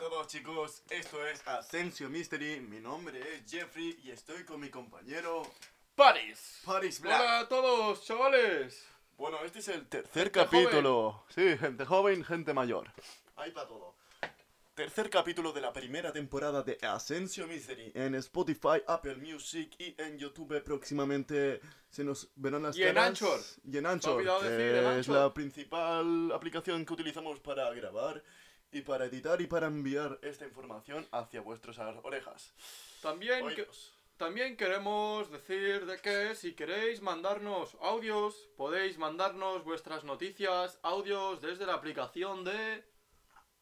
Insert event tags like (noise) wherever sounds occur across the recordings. todos chicos, esto es Ascensio Mystery, mi nombre es Jeffrey y estoy con mi compañero Paris. Paris Black. Hola a todos, chavales. Bueno, este es el tercer capítulo. Sí, gente joven, gente mayor. Ahí para todo. Tercer capítulo de la primera temporada de Ascensio Mystery en Spotify, Apple Music y en YouTube próximamente se nos verán las Y en caras. Anchor. Y en Me he Anchor, olvidado que decir, en es Anchor. la principal aplicación que utilizamos para grabar y para editar y para enviar esta información hacia vuestras orejas. También, que- Oídos. también queremos decir de que si queréis mandarnos audios, podéis mandarnos vuestras noticias, audios desde la aplicación de...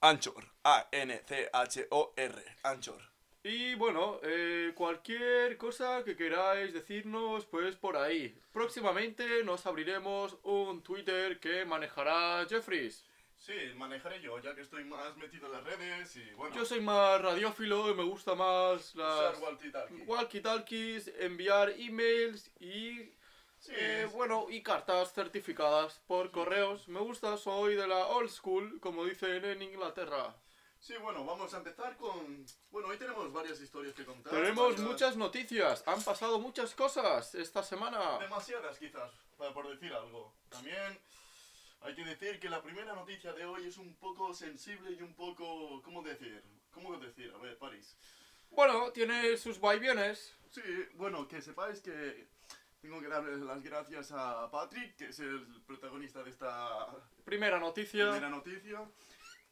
Anchor, A-N-C-H-O-R, Anchor. Y bueno, eh, cualquier cosa que queráis decirnos, pues por ahí. Próximamente nos abriremos un Twitter que manejará Jeffries. Sí, manejaré yo, ya que estoy más metido en las redes y bueno. Yo soy más radiófilo y me gusta más usar las... walkie-talkie. walkie-talkies, enviar emails y Sí, eh, es- bueno y cartas certificadas por correos. Me gusta, soy de la old school, como dicen en Ah, Inglaterra. sí, bueno, vamos a empezar con... Bueno, hoy tenemos varias historias que contar. Tenemos varias- muchas noticias, han pasado muchas cosas esta semana. Demasiadas quizás, para- por decir algo. También hay que decir que la primera noticia de hoy es un poco sensible y un poco... ¿Cómo decir? ¿Cómo decir? A ver, París. Bueno, tiene sus vaivienes. Sí, bueno, que sepáis que tengo que darles las gracias a Patrick, que es el protagonista de esta Primera noticia. primera noticia.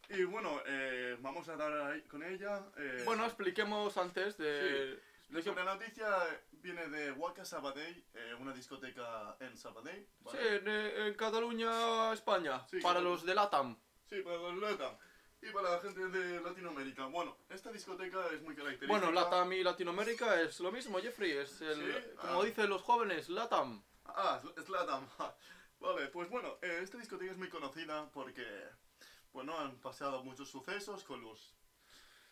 Y bueno, eh, vamos a dar ahí con ella. eh, Bueno, expliquemos antes de... la primera noticia viene de Waka Sabadell, eh, una discoteca en Sabadell. Sí, ¿vale? en, en Cataluña, España, Sí, para Cataluña. los de LATAM. Sí, para los LATAM. Y para la gente de Latinoamérica. Bueno, esta discoteca es muy característica. Bueno, LATAM y Latinoamérica es lo mismo, Jeffrey. Es el, Sí, como ah. dicen los jóvenes, LATAM. Ah, es- es LATAM. Vale, pues bueno, eh, esta discoteca es muy conocida porque, bueno, han pasado muchos sucesos con los,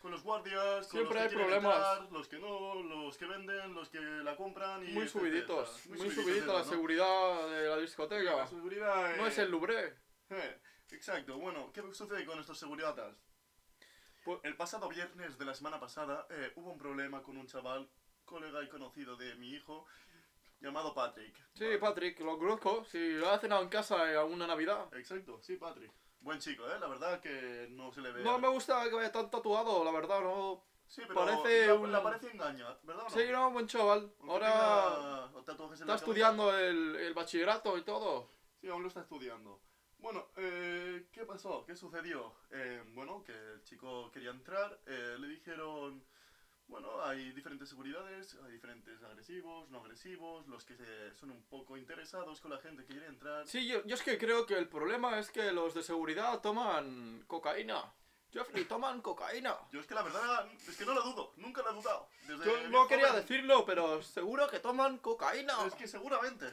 con los guardias, con Siempre los hay que quieren problemas. entrar, los que no, los que venden, los que la compran y Muy etcétera. subiditos, muy subiditos, subidita la etcétera, ¿no? seguridad de la discoteca. La seguridad No eh, es el Louvre. eh, exacto, bueno, ¿qué sucede con estos seguritas? Pues- El pasado viernes de la semana pasada eh, hubo un problema con un chaval, colega y conocido de mi hijo, llamado Patrick. Sí, Vale. Patrick, lo conozco. Si lo ha cenado en casa en alguna Navidad. Exacto, sí, Patrick. Buen chico, ¿eh? La verdad que no se le ve... No me gusta que vaya tan tatuado, la verdad, no. Sí, pero parece la, un- la parece engaña, ¿verdad o no? Sí, no, buen chaval. Aunque Ahora tenga tatuajes en está la cabeza. estudiando el, el bachillerato y todo. Sí, aún lo está estudiando. Bueno, eh, ¿qué pasó? ¿Qué sucedió? Eh, bueno, que el chico quería entrar, eh, le dijeron, bueno, hay diferentes seguridades, hay diferentes agresivos, no agresivos, los que se- son un poco interesados con la gente que quiere entrar. Sí, yo, yo es que creo que el problema es que los de seguridad toman cocaína. Jeffrey, (laughs) toman cocaína. Yo es que la verdad, es que no la dudo, nunca la he dudado. Desde Yo bien no quería joven. decirlo, pero seguro que toman cocaína. Es que seguramente,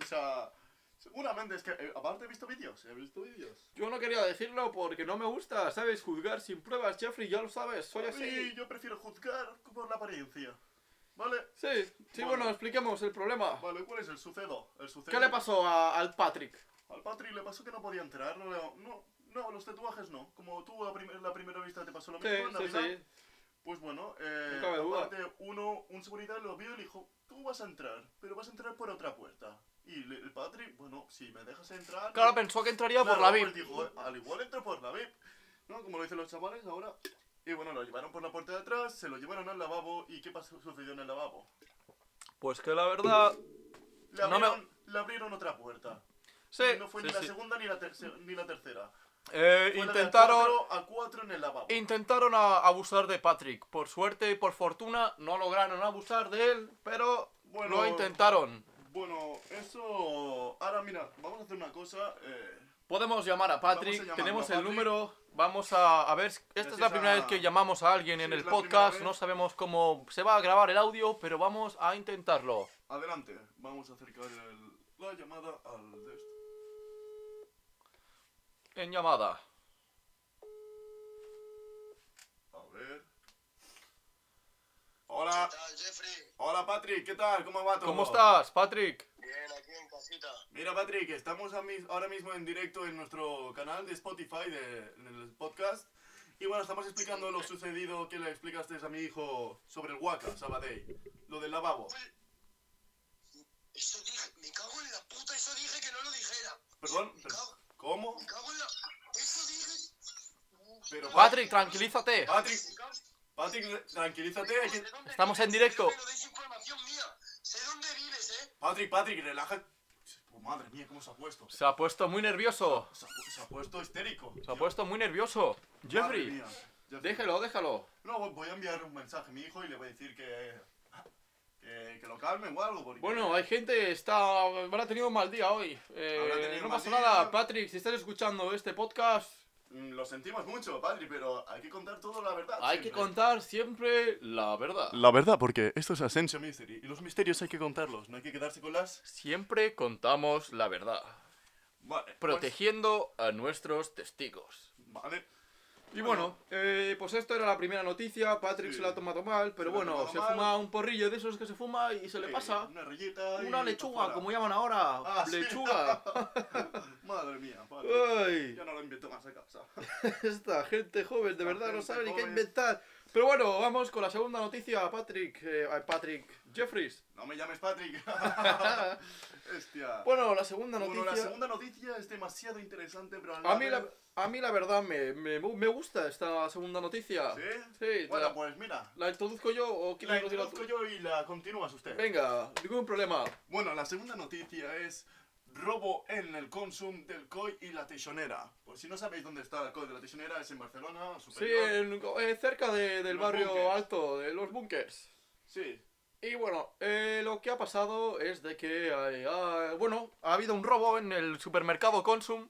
o sea, seguramente es que, eh, aparte he visto vídeos, he visto vídeos. Yo no quería decirlo porque no me gusta, ¿sabes? Juzgar sin pruebas, Jeffrey, ya lo sabes, soy A mí, así. yo prefiero juzgar por la apariencia, ¿vale? Sí, sí, bueno, Bueno. expliquemos el problema. Vale, ¿cuál es el sucedo? El sucedo. ¿Qué le pasó a- al Patrick? Al Patrick le pasó que no podía entrar, no, le- no, no, los tatuajes no. Como tú a prim- la primera vista te pasó lo Sí, mismo en sí, Navidad, sí. pues bueno, eh, No cabe duda. aparte uno, un seguridad lo vio y le dijo, tú vas a entrar, pero vas a entrar por otra puerta. Y le- el Patrick, bueno, si me dejas entrar... Claro, pensó que entraría por Claro, la pues VIP. dijo, "Eh, al igual entro por la VIP. ¿No? Como lo dicen los chavales ahora. Y bueno, lo llevaron por la puerta de atrás, se lo llevaron al lavabo. ¿Y qué pasó, sucedió en el lavabo? Pues que la verdad. Le No me- abrieron, le abrieron otra puerta. Sí, no fue sí, ni la sí. segunda ni la, terce- ni la tercera. Eh, Fue la de intentaron, cuatro a cuatro en el lavabo. intentaron a- abusar de Patrick. Por suerte y por fortuna no lograron abusar de él, pero Bueno. lo intentaron. Bueno, eso. Ahora mira, vamos a hacer una cosa. eh, Podemos llamar a Patrick, Vamos a llamarlo tenemos a el Patrick. número, vamos a, a ver, si- esta es Decís la primera a- vez que llamamos a alguien Sí, en es el la podcast, primera no vez. sabemos cómo se va a grabar el audio, pero vamos a intentarlo. adelante, vamos a acercar el- la llamada al. de este. esto. En llamada. A ver. Ah. Hola, ¿Qué tal, Jeffrey? hola Patrick, ¿qué tal? ¿Cómo va todo? ¿Cómo estás, Patrick? Bien, aquí en casita. Mira Patrick, estamos a mis- ahora mismo en directo en nuestro canal de Spotify de- en el podcast Y bueno, estamos explicando lo sucedido que le explicaste a mi hijo sobre el Waka, Sabadell. Lo del lavabo. Eso dije, me cago en la puta, eso dije que no lo dijera. Perdón, Me pero- cago, ¿cómo? me cago en la. Eso dije. Pero Patrick, tranquilízate. Patrick, Patrick, tranquilízate. hay que- Estamos en directo. No deis información mía. Sé dónde vives, eh. Patrick, Patrick, relaja. Oh, madre mía, cómo se ha puesto. Se ha puesto muy nervioso. Se ha, pu- se ha puesto histérico. Se ha puesto muy nervioso. Madre Jeffrey, mía, Jeffrey. déjalo, déjalo. No, voy- voy a enviar un mensaje a mi hijo y le voy a decir que. que, que lo calmen o algo. Porque... Bueno, hay gente, está, habrá tenido un mal día hoy. Eh, Habrá tenido no un pasa mal día. nada, Patrick, si estás escuchando este podcast, Mm, Lo sentimos mucho, Patrick, pero hay que contar toda la verdad. hay que Ah, siempre. contar siempre la verdad. La verdad, porque esto es Ascension Mystery y los misterios hay que contarlos, no hay que quedarse con las. Siempre contamos la verdad, Vale. pues- protegiendo a nuestros testigos. Vale. Y bueno, eh, pues esto era la primera noticia, Patrick Sí. se la ha tomado mal, pero Se la ha bueno, tomado se mal. fuma un porrillo de esos que se fuma y se le Eh, pasa Una rayita. y una pa' lechuga, fuera. como llaman ahora, Ah, sí. lechuga. (laughs) Madre mía, Patrick. Ay. Ya no lo invento más a casa. Esta gente joven, de La verdad, no gente sabe ni qué joven. inventar. Pero bueno, vamos con la segunda noticia, Patrick. eh, ay, Patrick (laughs) Jeffries. (laughs) No me llames Patrick. Hostia. Bueno, la segunda Bueno, noticia. la segunda noticia es demasiado interesante, pero. al A mí, la, ver- a mí la verdad me, me, me gusta esta segunda noticia. ¿Sí? Sí, Bueno, la, pues mira. ¿la introduzco yo o quieres La introducirla tú? introduzco yo y la continúas usted. Venga, ningún problema. Bueno, la segunda noticia es robo en el Consum del COI y la Teixonera. Por si no sabéis dónde está el COI de la Teixonera, es en Barcelona, Sí, superior. en- eh, cerca de- del Los barrio búnkers. alto, de los búnkers. Sí. Y bueno, eh, lo que ha pasado es de que, eh, ah, bueno, ha habido un robo en el supermercado Consum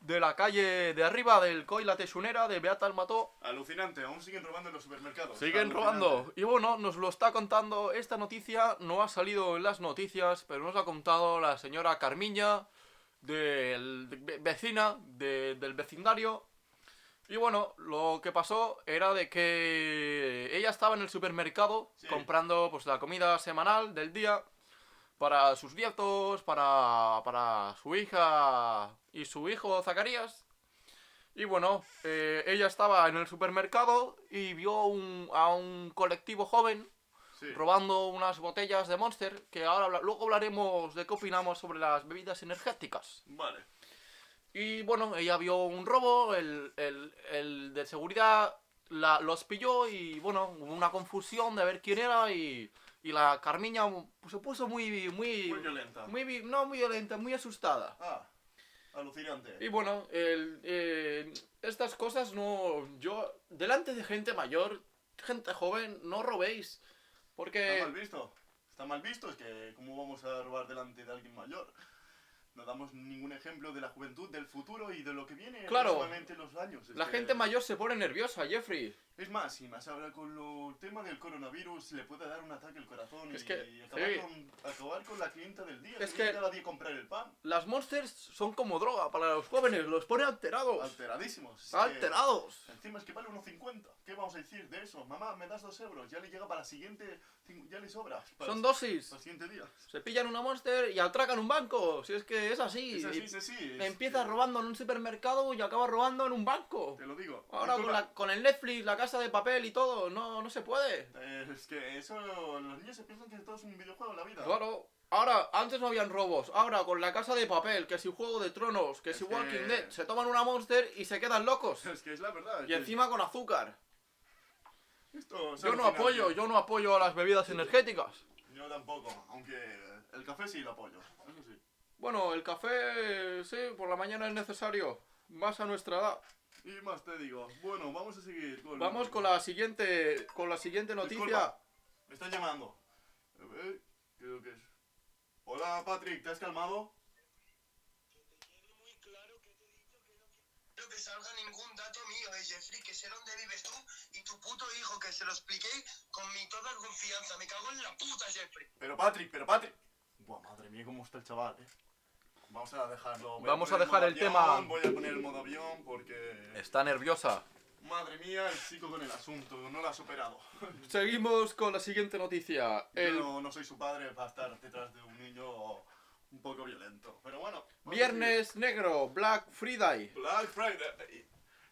de la calle de arriba del Coy La Tesunera de Beata Almató. Alucinante, aún siguen robando en los supermercados. Siguen Alucinante. robando. Y bueno, nos lo está contando esta noticia, no ha salido en las noticias, pero nos la ha contado la señora Carmiña, del, ve- vecina de- del vecindario. Y bueno, lo que pasó era de que ella estaba en el supermercado Sí. comprando pues la comida semanal del día para sus nietos, para, para su hija y su hijo Zacarías. Y bueno, eh, ella estaba en el supermercado y vio un- a un colectivo joven Sí. robando unas botellas de Monster, que ahora habla- luego hablaremos de qué opinamos sobre las bebidas energéticas. Vale. Y bueno, ella vio un robo, el, el- el de seguridad la- los pilló y bueno, hubo una confusión de ver quién era y, y la Carmiña um, pues, se puso muy... Muy, Muy violenta. muy vi- no muy violenta, muy asustada. Ah, alucinante. Y bueno, el- eh, estas cosas no... Yo, delante de gente mayor, gente joven, no robéis. Está Porque... mal visto. Está mal visto, es que ¿cómo vamos a robar delante de alguien mayor? No damos ningún ejemplo de la juventud, del futuro y de lo que viene Claro. próximamente en los años. Es La que- gente mayor se pone nerviosa, Jeffrey. Es más, y más ahora con lo- el tema del coronavirus, le puede dar un ataque al corazón Es y, que- y acabar, sí. con, acabar con la clienta del día. Es que viene que- cada día a comprar el pan. Las monsters son como droga para los jóvenes, los pone alterados. Alteradísimos. es que- Alterados. encima es que vale 1,50. ¿Qué vamos a decir de eso? Mamá, me das dos euros. Ya le llega para la siguiente. cin- Ya le sobra. Para Son el- dosis. Para el siguiente día. Se pillan una monster y atracan un banco. Si es que es así. Es así, es así, es- Empieza robando en un supermercado y acaba robando en un banco. Te lo digo. Ahora Y tú con, la- con el Netflix, la casa de papel y todo, no, no se puede. Eh, Es que eso. Los niños se piensan que todo es un videojuego en la vida. Claro. Ahora, antes no habían robos. Ahora, con la casa de papel, que si Juego de Tronos, que Es si que- Walking Dead, se toman una Monster y se (laughs) quedan locos. Es que es la verdad. es Y que encima con azúcar. esto es Yo no Pues alucinante. apoyo, yo no apoyo a las bebidas energéticas. Yo tampoco. Aunque el café sí lo apoyo. Eso sí. Bueno, el café, sí, por la mañana es necesario. Más a nuestra edad. Y más te digo. Bueno, vamos a seguir con. Vamos con la siguiente, con la siguiente noticia. Disculpa. Me están llamando. A ver, creo que es. Hola, Patrick, ¿te has calmado? Quiero que salga ningún dato mío, eh, Jeffrey, que sé dónde vives tú y tu puto hijo, que se lo expliqué con mi toda confianza. Me cago en la puta, Jeffrey. Pero Patrick, pero Patrick. Buah, madre mía, cómo está el chaval, eh. Vamos a dejarlo. Voy Vamos a poner dejar modo el avión, tema. Voy a poner el modo avión porque. Está nerviosa. Madre mía, el chico con el asunto, no lo ha superado. Seguimos con la siguiente noticia. El Yo no, no soy su padre para estar detrás de un niño un poco violento. Pero bueno. vamos a seguir. Viernes Negro, Black Friday. Black Friday.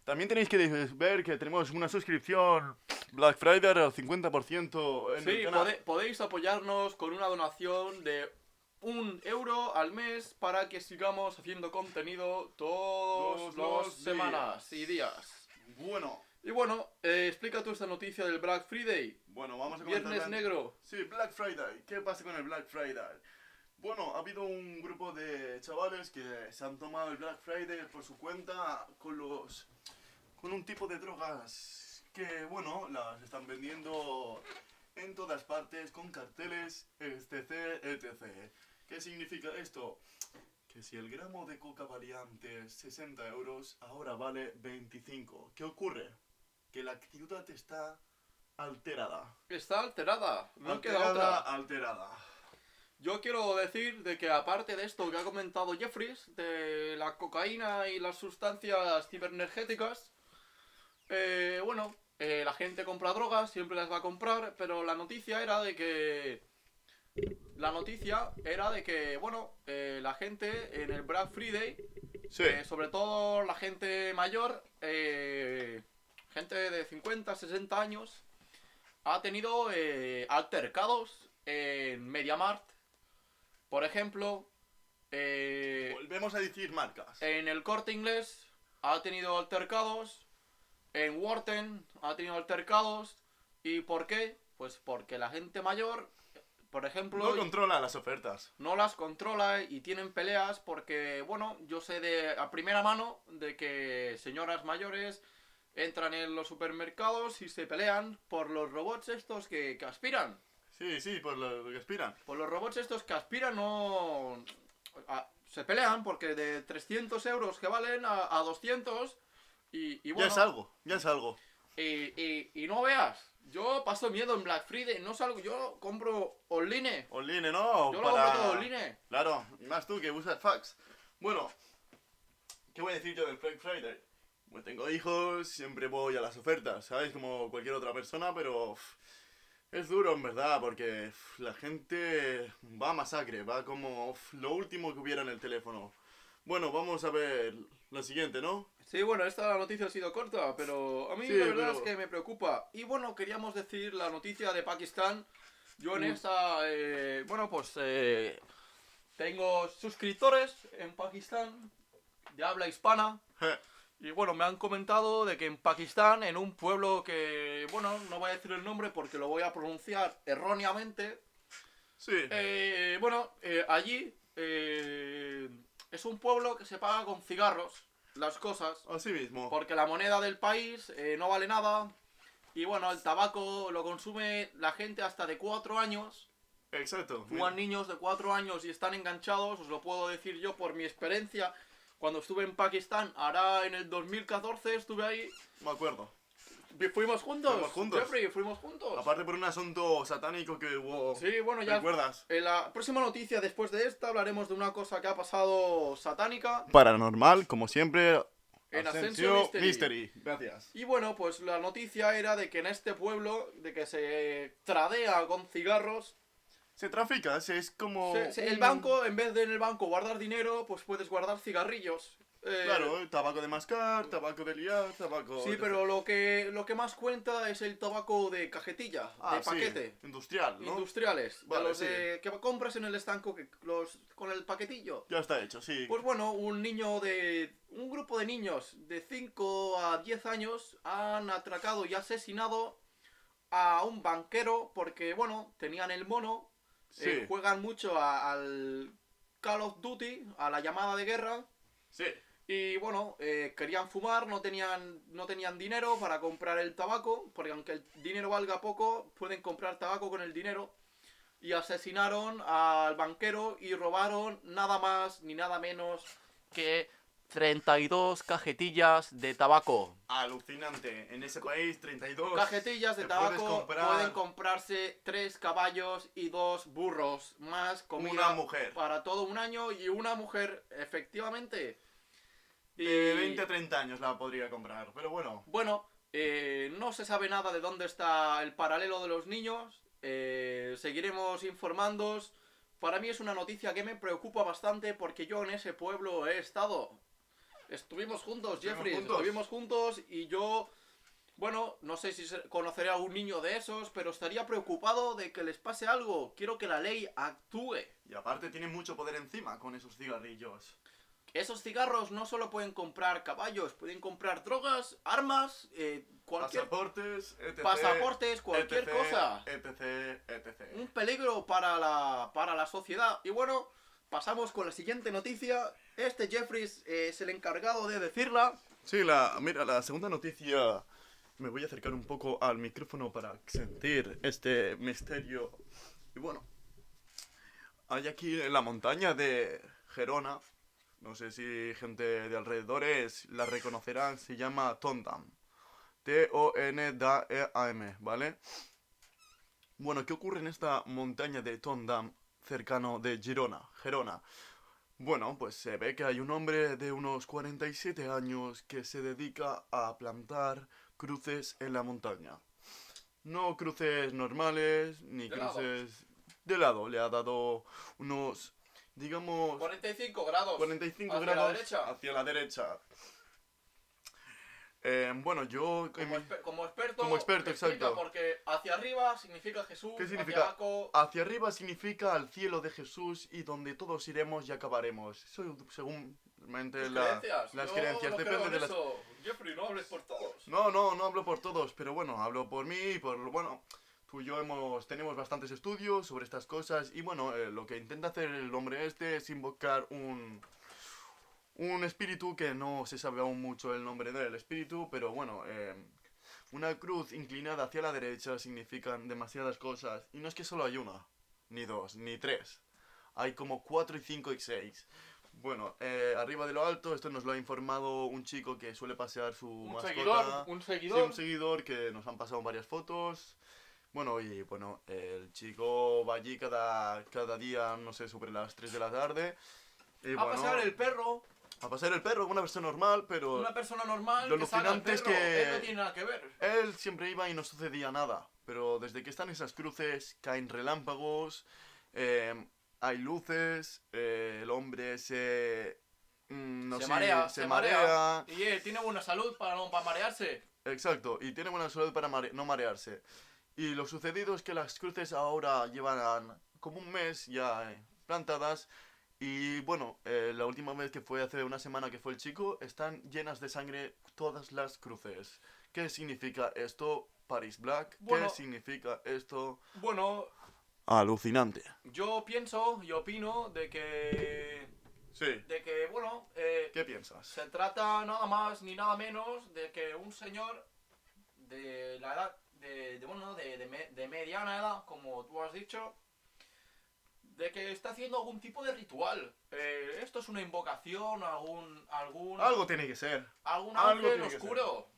También tenéis que ver que tenemos una suscripción Black Friday al 50% en Sí, el canal. pode- podéis apoyarnos con una donación de un euro al mes para que sigamos haciendo contenido todos Todos los los semanas y días. Bueno, Y bueno, eh, explica tú esta noticia del Black Friday, bueno, vamos a comentar. Viernes Negro. Sí, Black Friday. ¿Qué pasa con el Black Friday? Bueno, ha habido un grupo de chavales que se han tomado el Black Friday por su cuenta con los con un tipo de drogas que bueno, las están vendiendo en todas partes con carteles etc, etc. ¿Qué significa esto? Que si el gramo de coca valía antes 60 euros, ahora vale 25. ¿Qué ocurre? Que la actividad está alterada. Está alterada, no queda Alterada, otra. Alterada. Yo quiero decir de que aparte de esto que ha comentado Jeffries, de la cocaína y las sustancias cibernergéticas, eh, bueno, eh, la gente compra drogas, siempre las va a comprar, pero la noticia era de que... La noticia era de que, bueno, eh, la gente en el Black Friday, Sí. eh, sobre todo la gente mayor, eh, gente de 50, 60 años, ha tenido eh, altercados en MediaMart, por ejemplo, eh, Volvemos a decir marcas. en el Corte Inglés ha tenido altercados, en Wharton ha tenido altercados, ¿y por qué? Pues porque la gente mayor, por ejemplo, no controla las ofertas. no las controla y tienen peleas porque, bueno, yo sé de a primera mano de que señoras mayores entran en los supermercados y se pelean por los robots estos que, que aspiran. Sí, sí, por lo, lo que aspiran. Por los robots estos que aspiran no... a- se pelean porque de 300 euros que valen a, a 200 y, y bueno... ya es algo, ya es algo. Y, y- y no veas, yo paso miedo en Black Friday, no salgo, yo compro online. Online, ¿no? Yo lo Para- compro todo online. Claro, y más tú que usas fax. Bueno, ¿qué voy a decir yo del Black Friday? Bueno, tengo hijos, siempre voy a las ofertas, ¿sabes? Como cualquier otra persona, pero uf, es duro en verdad, porque uf, la gente va a masacre, va como uf, lo último que hubiera en el teléfono. Bueno, vamos a ver la siguiente, ¿no? Sí, bueno, esta noticia ha sido corta, pero a mí Sí, la verdad pero- es que me preocupa. Y bueno, queríamos decir la noticia de Pakistán. Yo en Mm. esta, eh, bueno, pues eh, tengo suscriptores en Pakistán de habla hispana. Y bueno, me han comentado de que en Pakistán, en un pueblo que, bueno, no voy a decir el nombre porque lo voy a pronunciar erróneamente, Sí. eh, bueno, eh, allí eh, es un pueblo que se paga con cigarros las cosas. Así mismo. Porque la moneda del país eh, no vale nada. Y bueno, el tabaco lo consume la gente hasta de 4 años. Exacto. Fuman niños de 4 años y están enganchados. Os lo puedo decir yo por mi experiencia. Cuando estuve en Pakistán, ahora en el 2014 estuve ahí. Me acuerdo. Vi- Fuimos juntos. Fuimos juntos. Jeffrey, fuimos juntos. Aparte por un asunto satánico que hubo. Sí, bueno, ¿Te ya. acuerdas? En la próxima noticia después de esta hablaremos de una cosa que ha pasado satánica. Paranormal, como siempre. En este Ascensio Ascension Mystery. Gracias. Y bueno, pues la noticia era de que en este pueblo, de que se tradea con cigarros, Se trafica, se- es como. se- se- el un- banco, en vez de en el banco guardar dinero, pues puedes guardar cigarrillos. Eh, Claro, eh, tabaco de mascar, tabaco de liar, tabaco. Sí, pero lo que, lo que más cuenta es el tabaco de cajetilla, Ah, de sí, paquete. Industrial, ¿no? Industriales, de Vale, los sí. de- que compras en el estanco que, los, con el paquetillo. Ya está hecho, sí. Pues bueno, un niño de. Un grupo de niños de 5 a 10 años han atracado y asesinado a un banquero porque, bueno, tenían el mono. sí. eh, juegan mucho a- al Call of Duty, a la llamada de guerra. sí. Y bueno, eh, querían fumar, no tenían, no tenían dinero para comprar el tabaco, porque aunque el dinero valga poco, pueden comprar tabaco con el dinero. Y asesinaron al banquero y robaron nada más ni nada menos que 32 cajetillas de tabaco. Alucinante. En ese país, 32. Cajetillas de Pues, Te puedes tabaco comprar pueden comprarse tres caballos y dos burros, más comida Una mujer. para todo un año y una mujer, efectivamente. De 20 a 30 Eh, años la podría comprar, pero bueno. Bueno, eh, no se sabe nada de dónde está el paralelo de los niños. eh, seguiremos informándoos. Para mí es una noticia que me preocupa bastante porque yo en ese pueblo he estado. Estuvimos juntos, Estuvimos Jeffrey. juntos. Estuvimos juntos y yo. Bueno, no sé si se- conoceré a un niño de esos, pero estaría preocupado de que les pase algo. Quiero que la ley actúe. Y aparte tiene mucho poder encima con esos cigarrillos. Esos cigarros no solo pueden comprar caballos, pueden comprar drogas, armas, eh, cualquier Pasaportes, etc. pasaportes, cualquier etc, cosa. Mm. Etc, etc. Un peligro para la, para la sociedad. Y bueno, pasamos con la siguiente noticia. Este Jeffries eh, es el encargado de decirla. Sí, la, mira, la segunda noticia. Me voy a acercar un poco al micrófono para sentir este misterio. Y bueno, hay aquí en la montaña de Gerona, no sé si gente de alrededores la reconocerán, se llama Tondam. T-O-N-D-A-M, E ¿vale? Bueno, ¿qué ocurre en esta montaña de Tondam cercano de Girona, Gerona? Bueno, pues se ve que hay un hombre de unos 47 años que se dedica a plantar cruces en la montaña. No cruces normales, ni De lado. cruces de lado. Le ha dado unos, digamos, 45 grados. 45 hacia la grados Ah, derecha. hacia la derecha. Eh, bueno, yo... en Como, mi- exper- como experto. Como experto, explica, exacto. Porque hacia arriba significa Jesús. ¿Qué significa? Ah, Hacia abajo. Hacia arriba significa al cielo de Jesús y donde todos iremos y acabaremos. Eso según mente tus la- creencias. las Yo creencias. no creo Depende en de las eso. Jeffrey, no hables por todos. No, no, no hablo por todos, pero bueno, hablo por mí y por, bueno, tú y yo hemos, tenemos bastantes estudios sobre estas cosas y bueno, eh, lo que intenta hacer el hombre este es invocar un, un espíritu que no se sabe aún mucho el nombre del espíritu, pero bueno, eh, una cruz inclinada hacia la derecha significan demasiadas cosas y no es que solo hay una, ni dos, ni tres, hay como cuatro y cinco y seis. Bueno, eh, arriba de lo alto, esto nos lo ha informado un chico que suele pasear su Un mascota. seguidor, un Sí, seguidor. un seguidor que nos han pasado varias fotos. Bueno, y bueno, el chico va allí cada, cada día, no sé, sobre las 3 de la tarde. Y, a bueno, pasar el perro, a pasar el perro, una persona normal, pero una persona normal Lo que saca el alucinante es perro. que- Él no tiene nada que ver. él siempre iba y no sucedía nada. Pero desde que están esas cruces, caen relámpagos, eh, hay luces, eh, el hombre se... mm, no se sé, marea, se marea. Y eh, tiene buena salud para no para marearse. Exacto, y tiene buena salud para mare- no marearse. Y lo sucedido es que las cruces ahora llevan como un mes ya eh, plantadas. Y bueno, eh, la última vez que fue hace una semana que fue el chico, están llenas de sangre todas las cruces. ¿Qué significa esto, Paris Black? Bueno. ¿Qué significa esto? Bueno, Alucinante. yo pienso y opino de que Sí. de que bueno, eh, ¿Qué piensas? se trata nada más ni nada menos de que un señor de la edad de, de, bueno, de, de me- de mediana edad, como tú has dicho, de que está haciendo algún tipo de ritual. Eh, esto es una invocación, algún algún Algo tiene que ser. algún Algo ángel tiene que oscuro.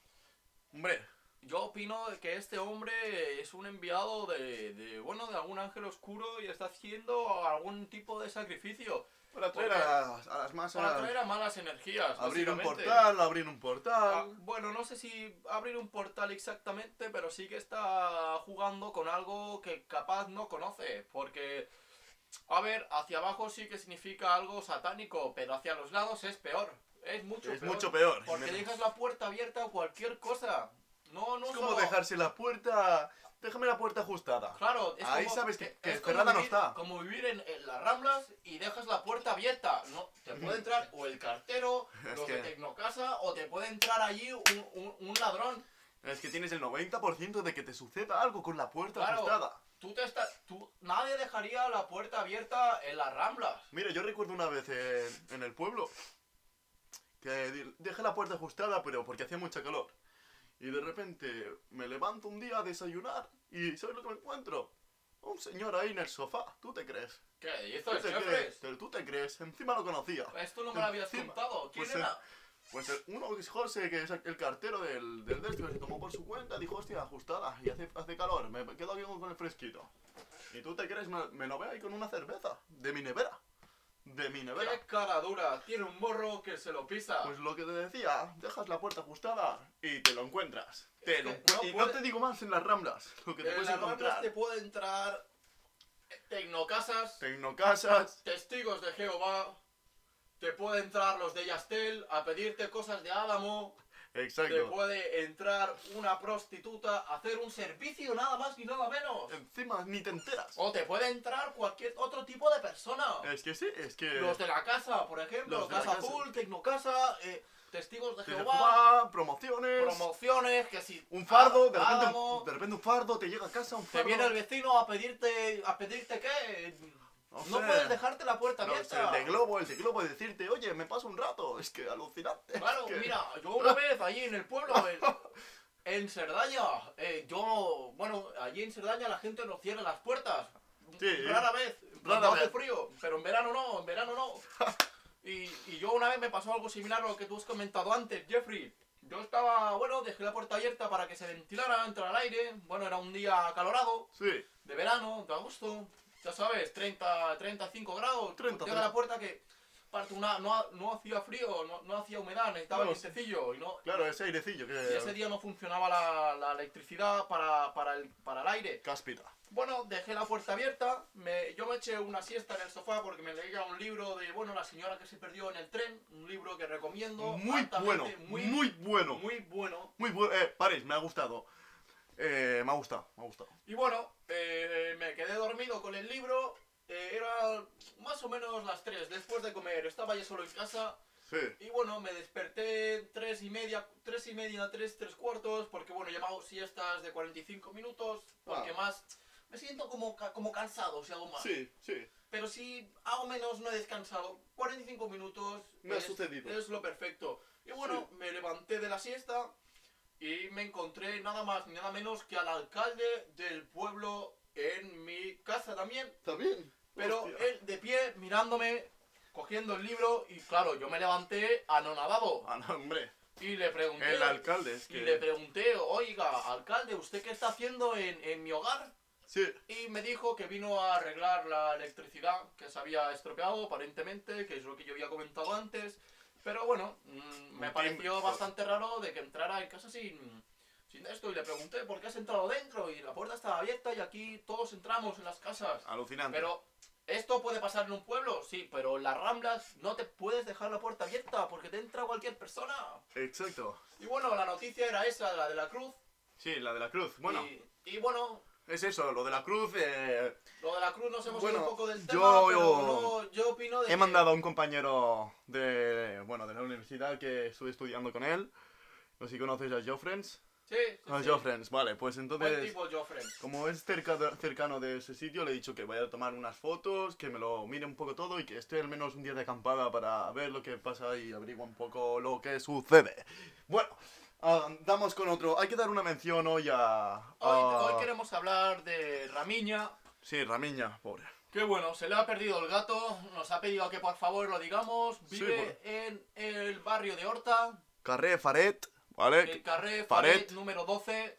Hombre. Yo opino de que este hombre es un enviado de, de, bueno, de algún ángel oscuro y está haciendo algún tipo de sacrificio Para traer a Porque- las, a las masas. para traer a malas energías. Abrir un básicamente. portal, abrir un Ah, portal. bueno, no sé si abrir un portal exactamente, pero sí que está jugando con algo que capaz no conoce, porque, a ver, hacia abajo sí que significa algo satánico, pero hacia los lados es peor. Es mucho es peor. mucho peor. Porque Menos. dejas la puerta abierta a cualquier cosa. No, no Es como solo- dejarse la puerta. Déjame la puerta ajustada. Claro, es Ahí como- sabes que- es- que es como cerrada no vivir- está. Como vivir en, en las ramblas y dejas la puerta abierta. No, te puede entrar o el cartero, (laughs) Es los que- de Tecnocasa, o te puede entrar allí un, un- un ladrón. Es que tienes el 90% de que te suceda algo con la puerta Claro. ajustada. Tú te estás, tú, nadie dejaría la puerta abierta en las ramblas. Mira, yo recuerdo una vez en, en el pueblo que di- dejé la puerta ajustada, pero porque hacía mucha calor. Y de repente me levanto un día a desayunar y ¿sabes lo que me encuentro? A Un señor ahí en el sofá. ¿Tú te crees? ¿Qué ¿Tú dices, te Jeffries? crees? Pues Te- ¿Tú te crees? Encima lo conocía. Pues Esto no me lo habías Encima, contado. ¿Quién pues, eh, era? Pues el- uno que es José, que es el cartero del, del de este, que se tomó por su cuenta, dijo, hostia, ajustada, y hace, hace calor, me quedo aquí con, con el fresquito. ¿Y tú te crees? Me, me lo veo ahí con una cerveza, de mi nevera. De mi nevera. Qué cara dura. Tiene un morro que se lo pisa. Pues lo que te decía, dejas la puerta ajustada y te lo encuentras. Te lo que encuentras. no y no puede- te digo más en las ramblas, lo que te en puedes las ramblas encontrar. te puede entrar Tecnocasas, Tecnocasas, testigos de Jehová, Te puede entrar los de Yastel a pedirte cosas de Álamo. Te Exacto. puede entrar una prostituta a hacer un servicio nada más ni nada menos. Encima, ni te enteras. O te puede entrar cualquier otro tipo de persona. Es que sí, es que... Los de la casa, por ejemplo. Eh, los de la Casa casa. Azul, Tecnocasa, eh, Testigos de Desde Jehová. Cuba, promociones... Promociones, que si... un fardo, de Á- repente, Álamo, de repente un fardo, te llega a casa un Te fardo... viene el vecino a pedirte... ¿A pedirte qué? eh, No no sé. puedes dejarte la puerta No, es abierta. el de globo, el de globo, y decirte, oye, me paso un rato, es que alucinante. es Claro, que- mira, yo una vez allí en el pueblo, en, en Cerdaña, eh, yo, bueno, allí en Cerdaña la gente no cierra las puertas. Sí. Rara vez, Rara cuando hace vez. frío, pero en verano no, en verano no. Y, y yo una vez me pasó algo similar a lo que tú has comentado antes, Jeffrey. Yo estaba, bueno, dejé la puerta abierta para que se ventilara, entrara el aire. Bueno, era un día acalorado, Sí, de verano, de agosto. Ya sabes, 30, 35 grados. pues 30, Llega la puerta que, parte, una, no, ha- no hacía frío, no, no hacía humedad, necesitaba No, el vientecillo y no... claro, ese airecillo que... Y ese día no funcionaba la, la electricidad para, para, el, para el aire. Cáspita. Bueno, dejé la puerta abierta, me, yo me eché una siesta en el sofá porque me leía un libro de, bueno, La señora que se perdió en el tren, un libro que recomiendo. Muy bueno, altamente, muy, bueno. Muy, muy bueno. bueno. Eh, París, me ha gustado. Eh, me ha gustado, me ha gustado. Y bueno, eh, me quedé dormido con el libro, eh, era más o menos las 3 después de comer, estaba yo solo en casa Sí. y bueno, me desperté tres y media, tres y media, tres, tres cuartos, porque bueno, he llamado siestas de 45 minutos, porque Ah. más... Me siento como, ca- como cansado si hago más. Sí, sí. Pero si hago menos no he descansado. 45 minutos Me ha es- sucedido. es lo perfecto. Y bueno, me levanté de la siesta y me encontré nada más ni nada menos que al alcalde del pueblo en mi casa también. También. Pero Hostia. él de pie mirándome, cogiendo el libro y claro, yo me levanté anonadado. Ah, no, hombre. Y le pregunté... El alcalde, es Y le que... pregunté, oiga, alcalde, ¿usted qué está haciendo en, en mi hogar? Sí, Y me dijo que vino a arreglar la electricidad que se había estropeado, aparentemente, que es lo que yo había comentado antes. Pero bueno, mm, me Un pareció timbre. bastante raro de que entrara en casa sin, sin esto. Y le pregunté por qué has entrado dentro y la puerta estaba abierta y aquí todos entramos en las casas. Ah, alucinante. Pero esto puede pasar en un pueblo, sí, pero en las ramblas no te puedes dejar la puerta abierta porque te entra cualquier persona. Exacto. Y bueno, la noticia era esa, la de la cruz. Sí, la de la cruz. Bueno, Y, y bueno, es eso, lo de la cruz. eh, Lo de la cruz nos hemos Bueno, ido un poco del yo- tema, pero no, yo opino de He que- mandado a un compañero de, bueno, de la universidad que estuve estudiando con él. No sé si conoces a Joffrens. Sí, sí, A sí. Joffrens, vale, pues Buen entonces... tipo Joffrey. Como es cerca de- cercano de ese sitio, le he dicho que vaya a tomar unas fotos, que me lo mire un poco todo y que esté al menos un día de acampada para ver lo que pasa y averiguar un poco lo que sucede. Bueno, ah, damos con otro. Hay que dar una mención hoy a... Hoy, a- hoy queremos hablar de Ramiña. Sí, Ramiña, pobre. Que bueno, se le ha perdido el gato, nos ha pedido que por favor lo digamos. Sí, Vive en el barrio de Horta, Carré Faret, ¿vale? el carré Eh, Faret. Faret número 12.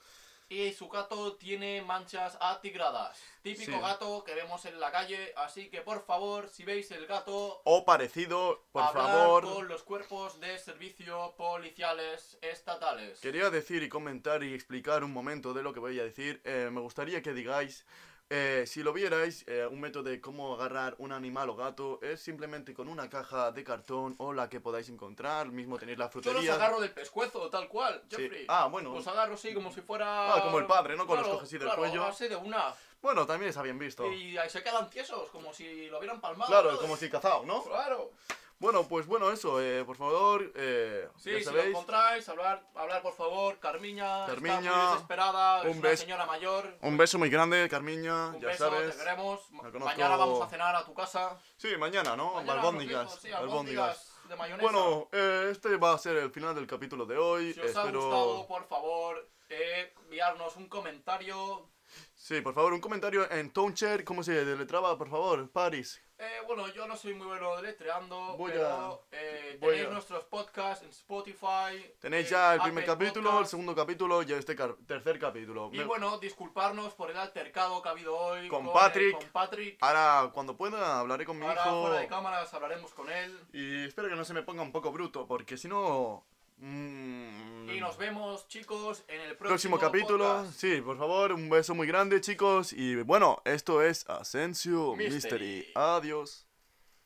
Y su gato tiene manchas atigradas. Típico Sí. gato que vemos en la calle. Así que por favor, si veis el gato, O parecido, por hablar favor. con los cuerpos de servicio policiales estatales. Quería decir y comentar y explicar un momento de lo que voy a decir. Eh, me gustaría que digáis, eh, si lo vierais, eh, un método de cómo agarrar un animal o gato es simplemente con una caja de cartón o la que podáis encontrar. Mismo tenéis la Yo frutería. los agarro del pescuezo, tal cual, Sí. Jeffrey. Pues Ah, bueno. Los agarro así como si fuera... Ah, como el padre, ¿no? Con los Claro, coges así del claro, cuello. así de una. Bueno, también está bien visto. Y ahí se quedan tiesos, como si lo hubieran palmado. Claro, ¿no? como si cazado, ¿no? Claro. Bueno, pues bueno, eso, eh, por favor, eh, Sí, ya si lo sabéis. encontráis, hablar, hablar por favor. Carmiña, Carmiña, está muy desesperada, es un una bes- señora mayor. Un beso muy grande, Carmiña, Un ya beso, sabes. te queremos. Ma- conozco- Mañana vamos a cenar a tu casa. Sí, mañana, ¿no? Mañana nos vemos, albóndigas, sí, albóndigas. albóndigas de mayonesa. Bueno, eh, este va a ser el final del capítulo de hoy. si os ha Espero. gustado, por favor, eh, enviarnos un comentario. Sí, por favor, un comentario en Townshare. ¿Cómo se deletraba, por favor? Paris. Eh, bueno, yo no soy muy bueno deletreando, Voy pero eh, voy tenéis a- nuestros podcasts en Spotify. Tenéis en ya el Eh, Apple primer capítulo, el Podcasts, segundo capítulo y este car- tercer capítulo. Y Me- bueno, disculparnos por el altercado que ha habido hoy Con eh, Patrick. con Patrick. Ahora, cuando pueda, hablaré con mi Ahora fuera de hijo. cámaras hablaremos con él. Y espero que no se me ponga un poco bruto, porque si no. mm, Y nos vemos, chicos, en el próximo, Próximo capítulo, podcast. sí, por favor, un beso muy grande, chicos. Y bueno, esto es Ascensio Mystery. Mystery. Adiós.